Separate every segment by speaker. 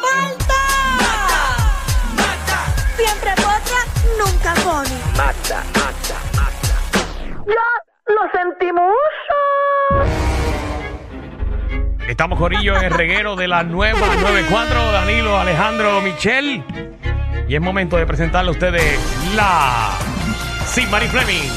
Speaker 1: Malta! ¡Mata! ¡Mata! Siempre potra, nunca pone. ¡Mata, mata, mata! ¡Ya lo sentimos!
Speaker 2: Estamos Corillo en el reguero de la nueva 94, Danilo, Alejandro, Michel. Y es momento de presentarle a ustedes la Sin Mary Fleming.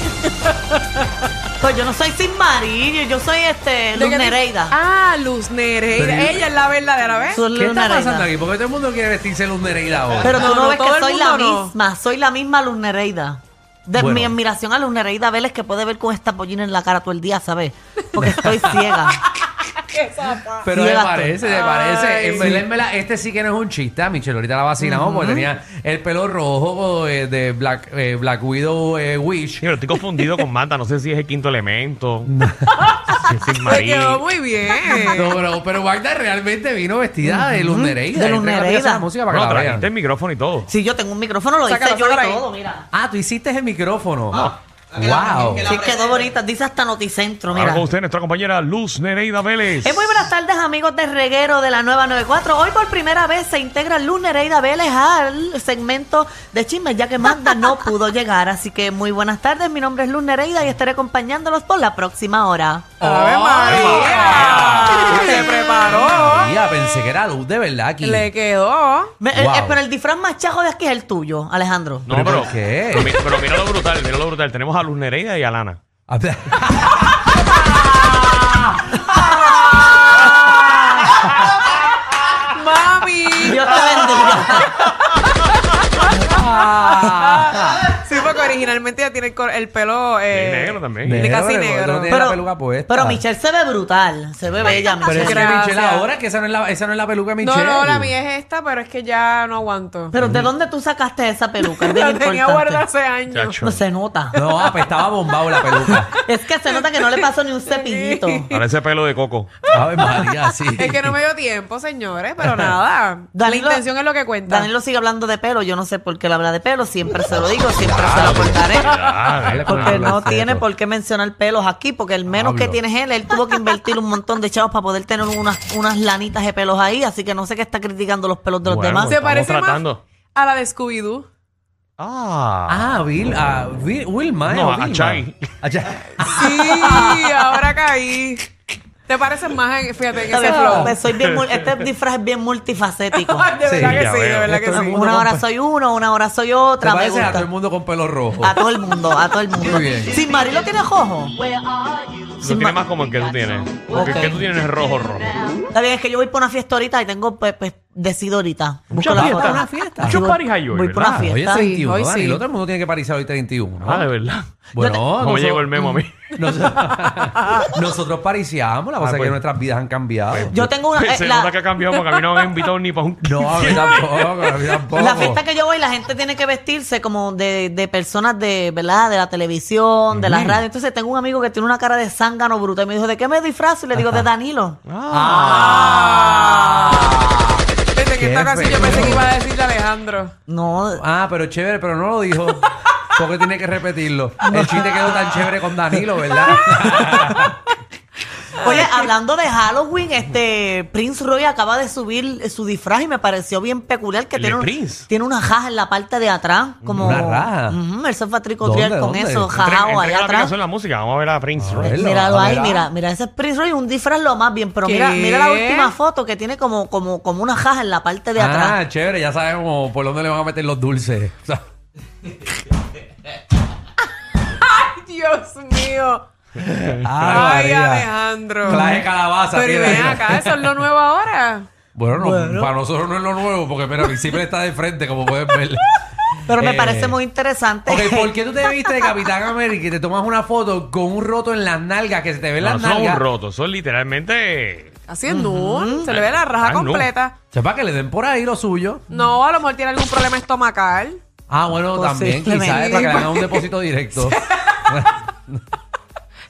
Speaker 3: Pues yo no soy sin marido, yo soy este
Speaker 4: ¿De
Speaker 3: Luz
Speaker 4: qué te-
Speaker 3: Nereida.
Speaker 4: Ah, Luz Nereida.
Speaker 5: Pero-
Speaker 4: Ella es la verdadera, ¿ves?
Speaker 3: Soy
Speaker 5: ¿Qué
Speaker 3: Luz
Speaker 5: está
Speaker 3: Nereida.
Speaker 5: pasando aquí? Porque todo el mundo quiere vestirse Luz Nereida ahora.
Speaker 3: Pero
Speaker 4: Ah, No,
Speaker 3: tú no,
Speaker 4: no,
Speaker 3: ves
Speaker 4: todo
Speaker 3: que
Speaker 4: el
Speaker 3: soy la
Speaker 4: mundo no.
Speaker 3: misma, soy la misma Luz Nereida. De
Speaker 5: Bueno.
Speaker 3: mi admiración a Luz Nereida Vélez que puede ver con esta pollina en la cara todo el día, ¿sabes? Porque estoy ciega.
Speaker 5: Pero se
Speaker 3: Llegas tú.
Speaker 5: parece,
Speaker 4: Ah,
Speaker 5: se parece. En verdad, en verdad, este sí que no es un chiste, ah, Michelle. Ahorita la vacinamos porque tenía el pelo rojo eh, de Black, eh, Black Widow eh, Wish.
Speaker 2: Yo estoy confundido con Manta, no sé si es el quinto elemento. Si es Sin
Speaker 4: Te
Speaker 2: Marín.
Speaker 4: quedó muy bien.
Speaker 5: No, pero, pero Wagner realmente vino vestida de Luz Nereida.
Speaker 3: De Luz
Speaker 5: Entrégate a
Speaker 3: Nereida.
Speaker 5: esa música para que
Speaker 2: Bueno,
Speaker 5: la vean.
Speaker 2: trajiste el micrófono y todo.
Speaker 3: Si yo tengo un micrófono, lo hice
Speaker 4: Sácalo,
Speaker 3: yo y
Speaker 4: sácalo ahí.
Speaker 3: todo, mira.
Speaker 5: Ah, tú hiciste el micrófono. wow.
Speaker 3: Sí, quedó bonita. Dice hasta Noticentro,
Speaker 2: Ahora
Speaker 3: mira.
Speaker 2: con usted, nuestra compañera Luz Nereida Vélez.
Speaker 3: Eh, muy buenas tardes, amigos de Reguero de la Nueva 94. Hoy por primera vez se integra Luz Nereida Vélez al segmento de chismes, ya que Magda no pudo llegar. Así que muy buenas tardes, mi nombre es Luz Nereida y estaré acompañándolos por la próxima hora.
Speaker 2: Oh,
Speaker 4: ¡Ave María! Se preparó.
Speaker 5: María, pensé que era luz de verdad aquí.
Speaker 4: Le quedó.
Speaker 3: Me- eh,
Speaker 5: Wow.
Speaker 3: eh, pero el disfraz más chajo de aquí es el tuyo, Alejandro.
Speaker 2: No, pero,
Speaker 5: ¿Por qué?
Speaker 2: pero mi- pero mira lo brutal, mira lo brutal. Tenemos a Luz Nereida y a Lana.
Speaker 4: ¡Mami!
Speaker 3: Dios te bendiga.
Speaker 4: Ah. Sí, porque originalmente ella tiene el, cor- el pelo. Eh,
Speaker 2: Y negro también.
Speaker 4: De casi
Speaker 5: Negro, porque tú no
Speaker 4: negro.
Speaker 5: tienes-
Speaker 3: pero,
Speaker 5: la peluca puesta.
Speaker 3: pero Michelle se ve brutal, se ve bella,
Speaker 5: Ah. Pero
Speaker 3: Michelle.
Speaker 5: es que
Speaker 4: Gracias.
Speaker 5: Michelle ahora, que esa no es la, esa no es la peluca de
Speaker 4: No,
Speaker 5: Michelle.
Speaker 4: no, la mía es esta, pero es que ya no aguanto.
Speaker 3: Pero ¿de dónde tú sacaste esa peluca? Es
Speaker 4: La
Speaker 3: bien
Speaker 4: tenía
Speaker 3: importante.
Speaker 4: guardada hace años.
Speaker 2: Chacho.
Speaker 3: No se nota.
Speaker 5: No, ah, apestaba bombado la peluca.
Speaker 3: Es que se nota que no le pasó ni un cepillito.
Speaker 2: Parece pelo de coco.
Speaker 5: Ave María, sí.
Speaker 4: Es que no me dio tiempo, señores, pero nada. la intención es lo que cuenta.
Speaker 3: Danilo sigue hablando de pelo. Yo no sé por qué él habla de pelo. Siempre se lo digo, siempre se lo contaré.
Speaker 2: Ah,
Speaker 3: Porque
Speaker 5: Habla
Speaker 3: no
Speaker 5: de
Speaker 3: tiene
Speaker 5: eso.
Speaker 3: por qué mencionar pelos aquí, porque el menos
Speaker 5: Hablo.
Speaker 3: que tiene es él, él tuvo que invertir un montón de chavos para poder tener unas, unas lanitas de pelos ahí, así que no sé qué está criticando los pelos de los
Speaker 2: Bueno,
Speaker 3: demás.
Speaker 4: Se
Speaker 2: Estamos
Speaker 4: parece más
Speaker 2: tratando.
Speaker 4: a la de Scooby-Doo.
Speaker 2: Ah.
Speaker 5: Ah, Bill, a Bill, Wilma. eh,
Speaker 2: No,
Speaker 5: o
Speaker 2: a
Speaker 5: Vilma.
Speaker 2: Chagui.
Speaker 5: A Chagui.
Speaker 4: Sí, ahora caí. Te pareces más, en, fíjate, en
Speaker 3: Está
Speaker 4: ese
Speaker 3: bien,
Speaker 4: flow.
Speaker 3: pues, soy bien mul- este disfraz es bien multifacético.
Speaker 4: Ay, de
Speaker 5: Sí,
Speaker 4: verdad que
Speaker 2: ya
Speaker 4: sí, de
Speaker 2: veo.
Speaker 4: verdad que
Speaker 5: Esto
Speaker 4: sí.
Speaker 5: es
Speaker 3: Una hora soy uno, una hora soy
Speaker 5: Te
Speaker 3: otra. Me
Speaker 5: pareces a todo el
Speaker 3: gusta.
Speaker 5: mundo con pelo rojo.
Speaker 3: A todo el mundo, a todo el mundo.
Speaker 5: Muy bien.
Speaker 3: Sin Marilo tiene ojo.
Speaker 2: Tú tienes más como el que tú tienes. Porque el
Speaker 3: Ok.
Speaker 2: que tú tienes es rojo, rojo.
Speaker 3: Está bien, es que yo voy por una fiesta ahorita y tengo, pues, pues, decido ahorita. Busco la
Speaker 2: fiesta,
Speaker 3: foto.
Speaker 5: una fiesta.
Speaker 3: Digo,
Speaker 2: Mucho party hay hoy,
Speaker 3: Voy por una
Speaker 2: ¿verdad?
Speaker 5: Ah, Hoy es
Speaker 3: fiesta.
Speaker 5: 31,
Speaker 4: hoy
Speaker 5: hoy
Speaker 4: sí.
Speaker 5: Danilo, todo el mundo tiene que parizar hoy 31. ¿no?
Speaker 2: Ah, de verdad.
Speaker 5: Bueno,
Speaker 2: No me
Speaker 5: nosotros-
Speaker 2: llegó el memo a mí.
Speaker 5: Nos- nosotros pariciamos, la cosa
Speaker 2: Ah,
Speaker 5: es
Speaker 2: pues.
Speaker 5: que nuestras vidas han cambiado.
Speaker 3: Yo tengo una. eh,
Speaker 2: Se
Speaker 3: la-
Speaker 2: nota que ha cambiado porque a mí no me han invitado ni para un...
Speaker 5: No, a mí tampoco, a mí tampoco.
Speaker 3: La fiesta que yo voy, la gente tiene que vestirse como de, de personas de, ¿verdad? De la televisión, de la radio. Entonces tengo un amigo que tiene una cara de zángano bruto y me dijo, ¿de qué me disfrazo? Y le digo, de Danilo.
Speaker 5: Ah.
Speaker 4: Desde que
Speaker 5: Qué
Speaker 4: esta canción yo
Speaker 5: feo.
Speaker 4: pensé que iba a decir de Alejandro.
Speaker 3: No,
Speaker 5: Ah, pero chévere, pero no lo dijo. Porque tiene que repetirlo. El chiste quedó tan chévere con Danilo, ¿verdad?
Speaker 3: Oye, hablando de Halloween, este Prince Roy acaba de subir eh, su disfraz y me pareció bien peculiar que
Speaker 2: ¿El
Speaker 3: tiene,
Speaker 2: de
Speaker 3: un-
Speaker 2: Prince?
Speaker 3: tiene una jaja en la parte de atrás. Como,
Speaker 5: ¿Una raja?
Speaker 3: Ujú, él se fue a tricotriar
Speaker 5: ¿Dónde,
Speaker 3: con
Speaker 5: dónde?
Speaker 3: eso,
Speaker 5: Entre-
Speaker 3: jajao
Speaker 2: Entrega
Speaker 3: allá
Speaker 2: la
Speaker 3: atrás.
Speaker 2: aplicación de la música. Vamos a ver a Prince Roy.
Speaker 5: verlo.
Speaker 3: Eh, Míralo
Speaker 5: Ah,
Speaker 3: ahí,
Speaker 5: mira.
Speaker 3: mira, mira, ese es Prince Roy, un disfraz lo más bien, pero mira,
Speaker 4: ¿Qué?
Speaker 3: mira la última foto que tiene como, como, como una jaja en la parte de atrás.
Speaker 5: Ah, chévere, ya sabemos por dónde le van a meter los dulces. O sea,
Speaker 4: Ay, Dios mío. Ay,
Speaker 5: María.
Speaker 4: Alejandro.
Speaker 5: Claje calabaza,
Speaker 4: Pero y
Speaker 5: tiene.
Speaker 4: ven acá, eso es lo nuevo ahora.
Speaker 5: Bueno, no, para nosotros no es lo nuevo, porque mira, Visible está de frente, como pueden ver.
Speaker 3: Pero me
Speaker 5: Eh,
Speaker 3: parece muy interesante.
Speaker 5: Ok, ¿por qué tú te viste de Capitán América y te tomas una foto con un roto en las nalgas que se te ven
Speaker 2: No,
Speaker 5: las
Speaker 2: son un
Speaker 5: nalgas?
Speaker 2: roto. Son literalmente.
Speaker 4: Haciendo un. Se le ve la raja
Speaker 2: Ah, no.
Speaker 4: completa.
Speaker 5: Sepa que le den por ahí lo suyo.
Speaker 4: No. a lo mejor tiene algún problema estomacal.
Speaker 5: Ah, bueno, también quizás es para que le hagan un depósito directo.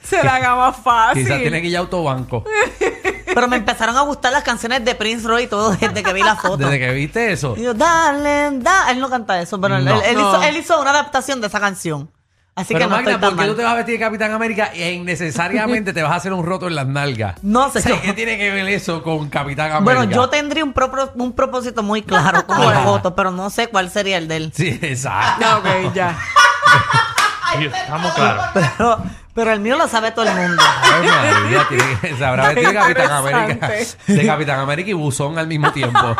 Speaker 4: Se la haga más fácil.
Speaker 5: quizás tiene que ir a autobanco.
Speaker 3: Pero me empezaron a gustar las canciones de Prince Roy y todo desde que vi la foto.
Speaker 5: Desde que viste eso.
Speaker 3: Y yo, darling, da. Él no canta eso, pero él-
Speaker 5: No.
Speaker 3: él, él
Speaker 4: No.
Speaker 3: Hizo, él hizo una adaptación de esa canción. Así
Speaker 5: Pero
Speaker 3: que no
Speaker 5: Magda,
Speaker 3: estoy tan
Speaker 5: ¿por qué tú
Speaker 3: mal.
Speaker 5: te vas a vestir de Capitán América e innecesariamente te vas a hacer un roto en las nalgas?
Speaker 3: No
Speaker 5: O
Speaker 3: sé.
Speaker 5: sea,
Speaker 3: yo-
Speaker 5: ¿Qué tiene que ver eso con Capitán América?
Speaker 3: Bueno, yo tendría un, propro- un propósito muy claro con la foto, pero no sé cuál sería el de él.
Speaker 5: Sí, exacto.
Speaker 4: No, ok, ya.
Speaker 2: Ay, Estamos claros.
Speaker 3: Pero, pero el mío lo sabe todo el mundo.
Speaker 5: Ay, María, tiene que- se habrá vestido de Capitán América.
Speaker 4: Interesante.
Speaker 5: De Capitán América y Buzón al mismo tiempo.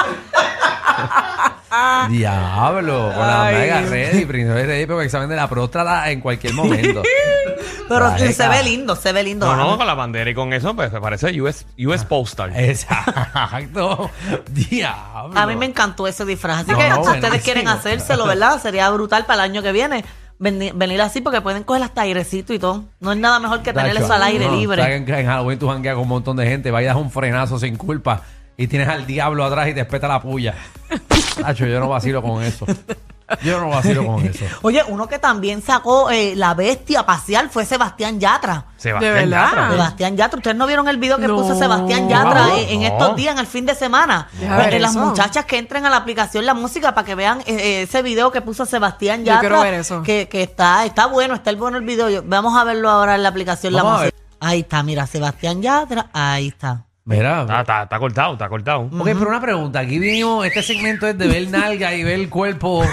Speaker 5: Diablo, con la
Speaker 4: Ay.
Speaker 5: mega ready, primero ready, pero examen de la próstata en cualquier momento.
Speaker 3: Pero
Speaker 5: Vale,
Speaker 3: se
Speaker 5: cara.
Speaker 3: ve lindo, se ve lindo.
Speaker 2: No, no,
Speaker 3: Ana.
Speaker 2: con la bandera y con eso, pues me parece US, US Postal.
Speaker 5: Eh, Exacto. Diablo.
Speaker 3: A mí me encantó ese disfraz. Así
Speaker 5: No,
Speaker 3: que si
Speaker 5: buenísimo.
Speaker 3: ustedes quieren hacérselo, ¿verdad? Sería brutal para el año que viene veni- venir así porque pueden coger hasta airecito y todo. No es nada mejor que tener
Speaker 5: Tacho,
Speaker 3: eso al aire
Speaker 5: no,
Speaker 3: libre.
Speaker 5: sabes que en Halloween tú jangueas con un montón de gente, vas y das un frenazo sin culpa y tienes al diablo atrás y te espeta la puya. Tacho, yo no vacilo con eso. Yo no vacilo con eso.
Speaker 3: Oye, uno que también sacó eh, la bestia pasear fue Sebastián Yatra.
Speaker 2: Sebastián
Speaker 4: De verdad.
Speaker 2: Yatra.
Speaker 3: Sebastián Yatra, ustedes no vieron el video que
Speaker 4: Ah. No.
Speaker 3: puso Sebastián Yatra
Speaker 2: No.
Speaker 3: eh, en, estos días, en el fin de semana.
Speaker 4: Deja
Speaker 3: Para
Speaker 4: ver
Speaker 3: que las
Speaker 4: eso.
Speaker 3: muchachas que entren a la aplicación La Música para que vean eh, eh, ese video que puso Sebastián Yatra.
Speaker 4: quiero ver eso.
Speaker 3: Que, que está, está bueno, está el bueno el video. Yo- vamos a verlo ahora en la aplicación La
Speaker 5: Vamos a
Speaker 3: Música. Ahí está, mira, Sebastián Yatra, ahí está.
Speaker 5: Mira.
Speaker 2: Está, está- está cortado, está cortado.
Speaker 5: Ok, pero una pregunta. Aquí vinimos, este segmento es de ver nalga y ver el cuerpo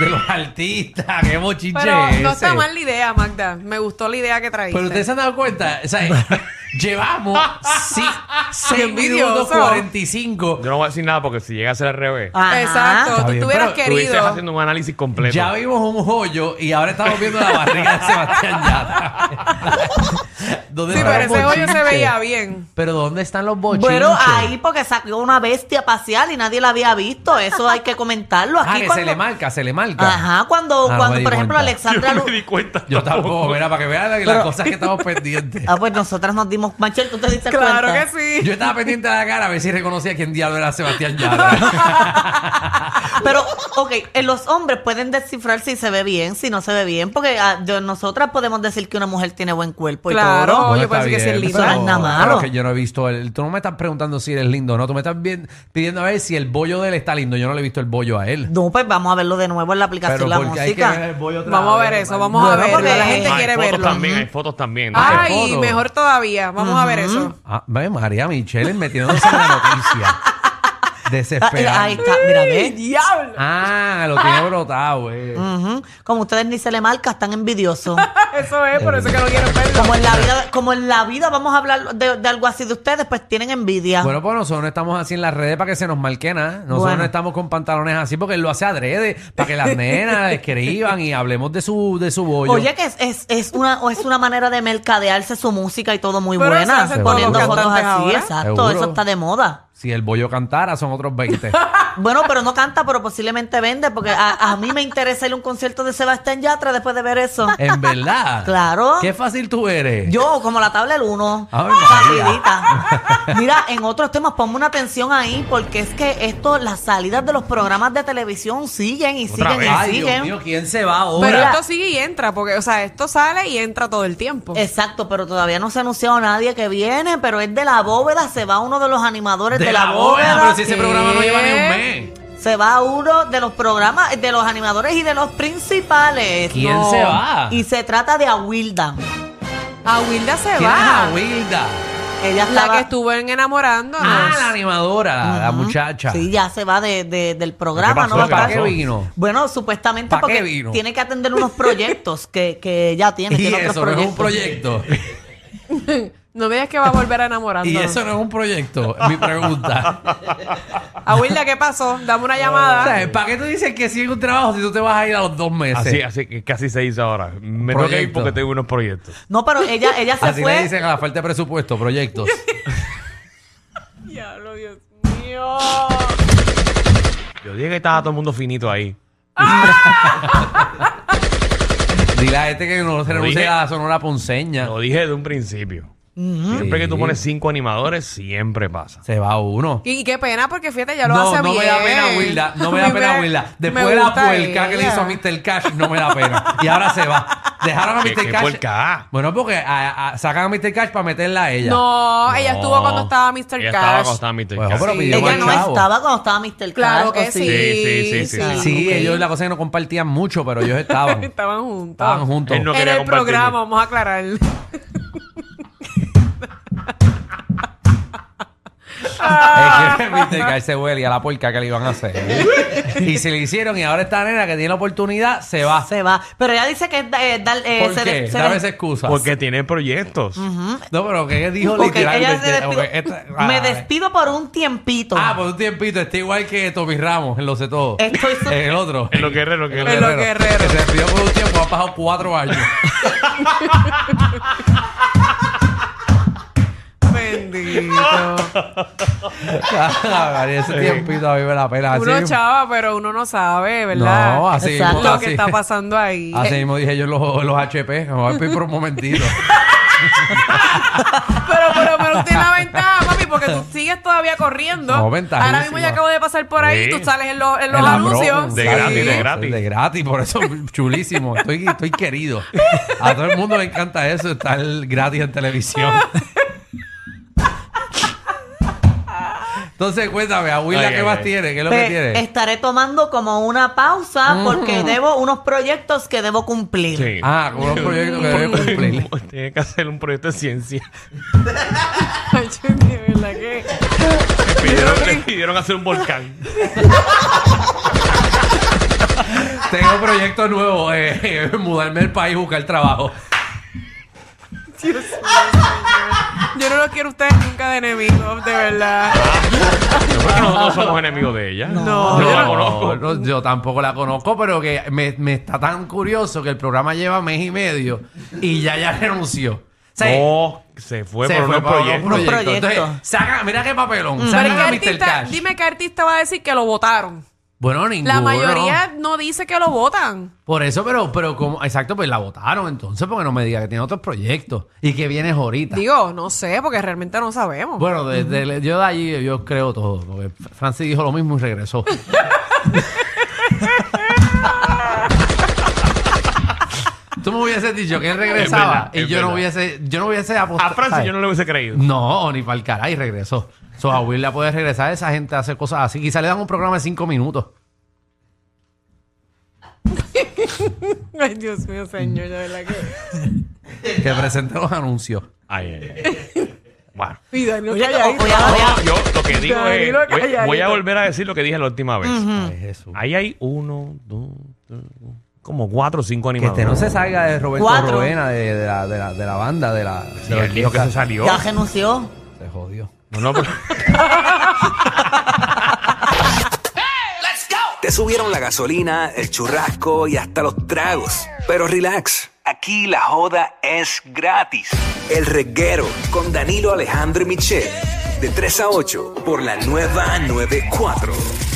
Speaker 5: de los artistas. Qué bochinche
Speaker 4: Pero no
Speaker 5: ese.
Speaker 4: está mal la idea, Magda. Me gustó la idea que traíste.
Speaker 5: Pero ustedes se han dado cuenta, o sea, llevamos sí, 6 minutos
Speaker 4: envidioso.
Speaker 5: 45.
Speaker 2: Yo no voy a decir nada porque si llega a ser al revés,
Speaker 3: Ajá.
Speaker 4: Exacto.
Speaker 5: Está
Speaker 4: tú
Speaker 5: bien,
Speaker 4: hubieras
Speaker 5: pero
Speaker 2: estuvieses
Speaker 4: querido.
Speaker 2: haciendo un análisis completo.
Speaker 5: Ya vimos un hoyo y ahora estamos viendo la barriga de Sebastián Yatra. ¿Dónde
Speaker 4: Sí,
Speaker 5: están
Speaker 4: pero
Speaker 5: los
Speaker 4: ese hoyo se
Speaker 5: bochinches?
Speaker 4: veía bien.
Speaker 5: Pero ¿dónde están los bochinches?
Speaker 3: Bueno, ahí porque sacó una bestia pasear y nadie la había visto. Eso hay que comentarlo aquí.
Speaker 5: Ah, que se
Speaker 3: cuando-
Speaker 5: le marca, se le marca.
Speaker 3: Ajá, cuando,
Speaker 5: Ah, no
Speaker 3: cuando
Speaker 5: me di
Speaker 3: por ejemplo,
Speaker 5: cuenta.
Speaker 2: Yo
Speaker 3: Alexandra
Speaker 2: no
Speaker 3: Lu-
Speaker 2: me di cuenta.
Speaker 5: Yo tampoco, mira, para que vean las cosas que estamos pendientes.
Speaker 3: Ah, pues nosotras nos dimos. Machel, tú te diste cuenta.
Speaker 4: Claro que sí.
Speaker 5: Yo estaba pendiente de la cara a ver si reconocía quién diablo era Sebastián Yatra.
Speaker 3: Pero, ok, eh, los hombres pueden descifrar si se ve bien, si no se ve bien, porque ah, yo- nosotras podemos decir que una mujer tiene buen cuerpo y
Speaker 4: Claro.
Speaker 3: todo.
Speaker 4: No, yo
Speaker 5: está
Speaker 4: pensé que sí es lindo.
Speaker 5: pero-
Speaker 3: Eso no es nada
Speaker 5: pero
Speaker 3: malo.
Speaker 5: que yo no he visto el... Tú no me estás preguntando si eres lindo o no. Tú me estás bien- pidiendo a ver si el bollo de él está lindo. Yo no le he visto el bollo a él.
Speaker 3: No, pues vamos a verlo de nuevo en la aplicación
Speaker 5: Pero
Speaker 3: La
Speaker 5: porque hay que ver
Speaker 3: Música. Ah, eh,
Speaker 5: el bollo otra
Speaker 4: Vamos a
Speaker 5: vez,
Speaker 4: ver eso,
Speaker 5: hermano.
Speaker 4: vamos a
Speaker 3: Bueno,
Speaker 4: ver.
Speaker 3: porque-
Speaker 4: La gente
Speaker 2: Ah, hay
Speaker 4: quiere
Speaker 2: fotos
Speaker 4: verlo.
Speaker 2: también, hay fotos también.
Speaker 5: Hay
Speaker 4: Ay,
Speaker 5: fotos.
Speaker 4: mejor todavía. Vamos a ver eso.
Speaker 5: Ah, ve María Michelle metiéndose en la noticia.
Speaker 3: Ah, eh, Ahí
Speaker 5: Desesperante.
Speaker 3: está, mira, ve.
Speaker 4: ¡Diablo!
Speaker 5: Ah, lo tiene brotado, eh.
Speaker 3: Ujú. Como ustedes ni se le marca, están envidiosos.
Speaker 4: Eso es, por eso que no quiero verlo.
Speaker 3: Como en la vida, como en la vida vamos a hablar de, de algo así de ustedes, pues tienen envidia.
Speaker 5: Bueno, pues nosotros no estamos así en las redes para que se nos marque nada. Nosotros
Speaker 3: Bueno.
Speaker 5: no estamos con pantalones así porque él lo hace adrede para que las nenas escriban y hablemos de su, de su bollo.
Speaker 3: Oye, que es, es, es una, o es una manera de mercadearse su música y todo muy
Speaker 4: Pero eso
Speaker 3: buena.
Speaker 4: hacen
Speaker 5: todos los
Speaker 3: Poniendo fotos así,
Speaker 4: cantantes ahora.
Speaker 3: exacto.
Speaker 5: Seguro.
Speaker 3: Eso está de moda.
Speaker 5: Si el bollo cantara, son otros 20.
Speaker 3: Bueno, pero no canta, pero posiblemente vende, porque a, a mí me interesa ir a un concierto de Sebastián Yatra después de ver eso.
Speaker 5: en verdad.
Speaker 3: Claro.
Speaker 5: Qué fácil tú eres.
Speaker 3: Yo, como la tabla del 1.
Speaker 5: Ave María.
Speaker 3: Mira, en otros temas, ponme una atención ahí, porque es que esto, las salidas de los programas de televisión siguen y
Speaker 2: Otra
Speaker 3: siguen
Speaker 2: vez.
Speaker 3: y
Speaker 5: Ay,
Speaker 3: siguen.
Speaker 5: Dios mío, ¿quién se va
Speaker 4: Pero
Speaker 5: ahora?
Speaker 4: esto sigue y entra, porque, o sea, esto sale y entra todo el tiempo.
Speaker 3: Exacto, pero todavía no se ha anunciado nadie que viene, pero es de la bóveda, se va uno de los animadores de, la, bóveda.
Speaker 5: pero si ese programa no lleva ni un
Speaker 4: ¿Qué?
Speaker 5: mes.
Speaker 3: Se va uno de los programas, de los animadores y de los principales.
Speaker 5: ¿Quién se va?
Speaker 3: Y se trata de Awilda.
Speaker 4: A Wilda se
Speaker 5: ¿Quién es
Speaker 4: va.
Speaker 5: Awilda?
Speaker 3: Ella
Speaker 4: La
Speaker 3: estaba...
Speaker 4: que estuvo en enamorándonos.
Speaker 5: Ah, la animadora, la, la muchacha.
Speaker 3: Sí, ya se va de, de- del programa, ¿no?
Speaker 2: pasó?
Speaker 3: Va a
Speaker 2: ¿Qué
Speaker 3: estar-
Speaker 2: pasó?
Speaker 5: ¿Para qué vino?
Speaker 3: Bueno, supuestamente
Speaker 5: ¿Para qué
Speaker 3: porque
Speaker 5: vino?
Speaker 3: tiene que atender unos proyectos que, que ya tiene.
Speaker 5: Y
Speaker 3: tiene otros
Speaker 5: eso no es un
Speaker 3: proyectos.
Speaker 5: proyecto.
Speaker 4: No me digas que va a volver a enamorarnos.
Speaker 5: Y eso no es un proyecto, es mi pregunta.
Speaker 4: Abuela, ¿qué pasó? Dame una
Speaker 5: O
Speaker 4: llamada.
Speaker 5: sea, ¿Para qué tú dices que sigue un trabajo si tú te vas a ir a los dos meses?
Speaker 2: Así, así que casi se hizo ahora. Me tengo que ir
Speaker 5: Proyecto.
Speaker 2: porque tengo unos proyectos.
Speaker 3: No, pero ella, ella se
Speaker 5: Así le
Speaker 3: fue.
Speaker 5: dicen a la falta de presupuesto, proyectos.
Speaker 4: Diablo, Dios mío.
Speaker 2: Yo dije que estaba todo el mundo finito ahí.
Speaker 5: Dile a este que no se
Speaker 2: Lo
Speaker 5: renuncie
Speaker 2: dije.
Speaker 5: a la Sonora Ponceña.
Speaker 2: Lo dije de un principio. Siempre que tú
Speaker 5: Sí.
Speaker 2: pones cinco animadores, siempre pasa.
Speaker 5: Se va uno.
Speaker 4: Y qué pena, porque fíjate, ya lo
Speaker 5: no,
Speaker 4: hace
Speaker 5: no
Speaker 4: bien.
Speaker 5: me da pena, Wilda. No me da
Speaker 4: A mí
Speaker 5: pena, Wilda. Después
Speaker 4: me
Speaker 5: de la
Speaker 4: gusta
Speaker 5: puerca que le hizo a
Speaker 4: ella.
Speaker 5: Mr. Cash, no me da pena. Y ahora se va. Dejaron a
Speaker 4: Ah,
Speaker 2: ¿Qué-
Speaker 5: Mr.
Speaker 2: qué
Speaker 5: Cash.
Speaker 2: puerca?
Speaker 5: Bueno, porque a- a- sacan a Mr. Cash para meterla a ella.
Speaker 4: No, ella
Speaker 2: No.
Speaker 4: estuvo cuando estaba Mr.
Speaker 2: Ella estaba
Speaker 4: Cash.
Speaker 2: cuando estaba Mr.
Speaker 5: Bueno,
Speaker 2: Cash.
Speaker 5: pero
Speaker 4: Sí.
Speaker 5: pidió
Speaker 3: Ella
Speaker 5: más
Speaker 3: no
Speaker 5: chavo.
Speaker 3: estaba cuando estaba Mr.
Speaker 4: Claro
Speaker 3: Cash,
Speaker 4: que
Speaker 3: ¿o
Speaker 4: sí.
Speaker 2: Sí, sí, sí, sí,
Speaker 3: Ah,
Speaker 2: sí.
Speaker 5: Sí, ellos la cosa es que no compartían mucho, pero ellos estaban.
Speaker 4: Estaban juntos.
Speaker 5: estaban juntos.
Speaker 2: Él no
Speaker 4: en
Speaker 2: quería
Speaker 4: el
Speaker 2: compartir.
Speaker 4: programa, vamos a aclarar.
Speaker 5: Es
Speaker 3: Ah.
Speaker 5: que Mr. Cash se huele a la puerca que le iban a hacer. y se le hicieron y ahora esta nena que tiene la oportunidad se va.
Speaker 3: Se va. Pero ella dice que es da- eh, dar- eh,
Speaker 5: ¿Por
Speaker 3: se
Speaker 5: qué?
Speaker 3: de- se
Speaker 5: Dame
Speaker 3: de-
Speaker 5: esa excusa.
Speaker 2: Porque tiene proyectos.
Speaker 5: No, pero que dijo
Speaker 3: porque ella
Speaker 5: literalmente.
Speaker 3: se despidió.
Speaker 5: porque esta- ah,
Speaker 3: Me despido por un tiempito.
Speaker 5: Ah, por un tiempito. Está igual que Tommy Ramos, en lo sé todo.
Speaker 3: Estoy so-
Speaker 5: En el otro.
Speaker 2: Es lo que es, es lo que es.
Speaker 4: En lo guerrero.
Speaker 5: Que se despidió por un tiempo, ha pasado cuatro años.
Speaker 4: Bendito.
Speaker 5: Ah, Ese tiempito a mí me la pena. Así
Speaker 4: Uno
Speaker 5: mismo-
Speaker 4: chava, pero uno no sabe, ¿verdad?
Speaker 5: No, así mismo,
Speaker 3: Exacto.
Speaker 4: Lo que
Speaker 5: así-
Speaker 4: está pasando ahí.
Speaker 5: Así Ah, mismo dije yo en los, en los HP. Me voy a pedir por un momentito.
Speaker 4: Pero por lo menos tienes la ventaja, papi, porque tú sigues todavía corriendo.
Speaker 5: No, ventajísima.
Speaker 4: Ahora mismo yo acabo de pasar por ahí,
Speaker 2: Sí.
Speaker 4: tú sales en, los- en los
Speaker 5: En la
Speaker 4: anuncios.
Speaker 5: promo,
Speaker 2: De
Speaker 4: Sí.
Speaker 2: gratis, de gratis.
Speaker 5: De gratis, por eso chulísimo. Estoy, estoy querido. A todo el mundo le encanta eso, estar gratis en televisión. Entonces, cuéntame, abuela,
Speaker 2: Ay,
Speaker 5: ¿qué
Speaker 2: ay,
Speaker 5: más
Speaker 2: ay.
Speaker 5: tiene? ¿Qué es lo
Speaker 3: Pe-
Speaker 5: que tiene?
Speaker 3: Estaré tomando como una pausa porque debo unos proyectos que debo cumplir.
Speaker 2: Sí.
Speaker 5: Ah, con un proyecto que debe cumplir.
Speaker 2: Tiene que hacer un proyecto de ciencia.
Speaker 4: Ay, yo, de verdad que-
Speaker 2: Le pidieron, le pidieron hacer un volcán.
Speaker 5: Tengo un proyecto nuevo, eh, mudarme del país, buscar trabajo.
Speaker 4: Yo no los quiero a ustedes nunca de enemigos, de verdad.
Speaker 2: Nosotros somos enemigos de ella.
Speaker 4: No.
Speaker 2: Yo la conozco.
Speaker 5: no, yo tampoco la conozco, pero que me, me está tan curioso que el programa lleva mes y medio y ya ya renunció. O sea,
Speaker 2: No, se fue
Speaker 5: se
Speaker 2: por
Speaker 5: fue
Speaker 2: unos
Speaker 5: para unos
Speaker 2: proyectos.
Speaker 5: proyectos.
Speaker 3: Proyectos.
Speaker 5: Entonces, saca, mira qué papelón.
Speaker 4: Mm. Pero
Speaker 5: Sacan a
Speaker 4: ¿qué
Speaker 5: Mr.
Speaker 4: artista,
Speaker 5: Cash.
Speaker 4: dime qué artista va a decir que lo votaron.
Speaker 5: Bueno, ninguno.
Speaker 4: La mayoría no dice que lo votan.
Speaker 5: Por eso, pero, pero como, exacto, pues la votaron entonces, porque no me diga que tiene otros proyectos y que vienes ahorita.
Speaker 4: Digo, no sé, porque realmente no sabemos.
Speaker 5: Bueno, desde el- yo de allí yo creo todo, porque F- Francis dijo lo mismo y regresó. Tú me hubieses dicho que él regresaba
Speaker 2: Es verdad, es
Speaker 5: y yo no
Speaker 2: verdad.
Speaker 5: hubiese, yo no hubiese apostado.
Speaker 2: A Francis yo no le hubiese creído.
Speaker 5: No, ni para el caray, regresó. So, a Will la puede regresar, esa gente hace cosas así. Quizá le dan un programa de cinco minutos.
Speaker 4: Ay, Dios mío, señor, de verdad que.
Speaker 5: Que presente los anuncios.
Speaker 2: Ay, ay, ay. Bueno.
Speaker 4: Y Daniel
Speaker 3: Oye,
Speaker 4: calladito.
Speaker 3: oye, oye,
Speaker 2: Yo lo que digo es.
Speaker 4: Danilo
Speaker 2: voy- Voy a
Speaker 4: calladito.
Speaker 2: volver a decir lo que dije la última vez.
Speaker 5: Ay, Jesús.
Speaker 2: Ahí hay uno, dos, tres, como cuatro o cinco
Speaker 5: Que este
Speaker 2: animadores.
Speaker 5: no se salga de Roberto
Speaker 3: Cuatro.
Speaker 5: Roena, de, de la, de, la, de la banda, de la. de
Speaker 2: Sí,
Speaker 5: la
Speaker 2: él dijo que
Speaker 5: orquesta.
Speaker 2: se salió.
Speaker 3: Ya renunció.
Speaker 5: Se jodió.
Speaker 2: No, no, pero-
Speaker 6: Te subieron la gasolina, el churrasco y hasta los tragos. Pero relax, aquí la joda es gratis. El reguero con Danilo Alejandro y Michel. De 3 a 8 por la nueva 94.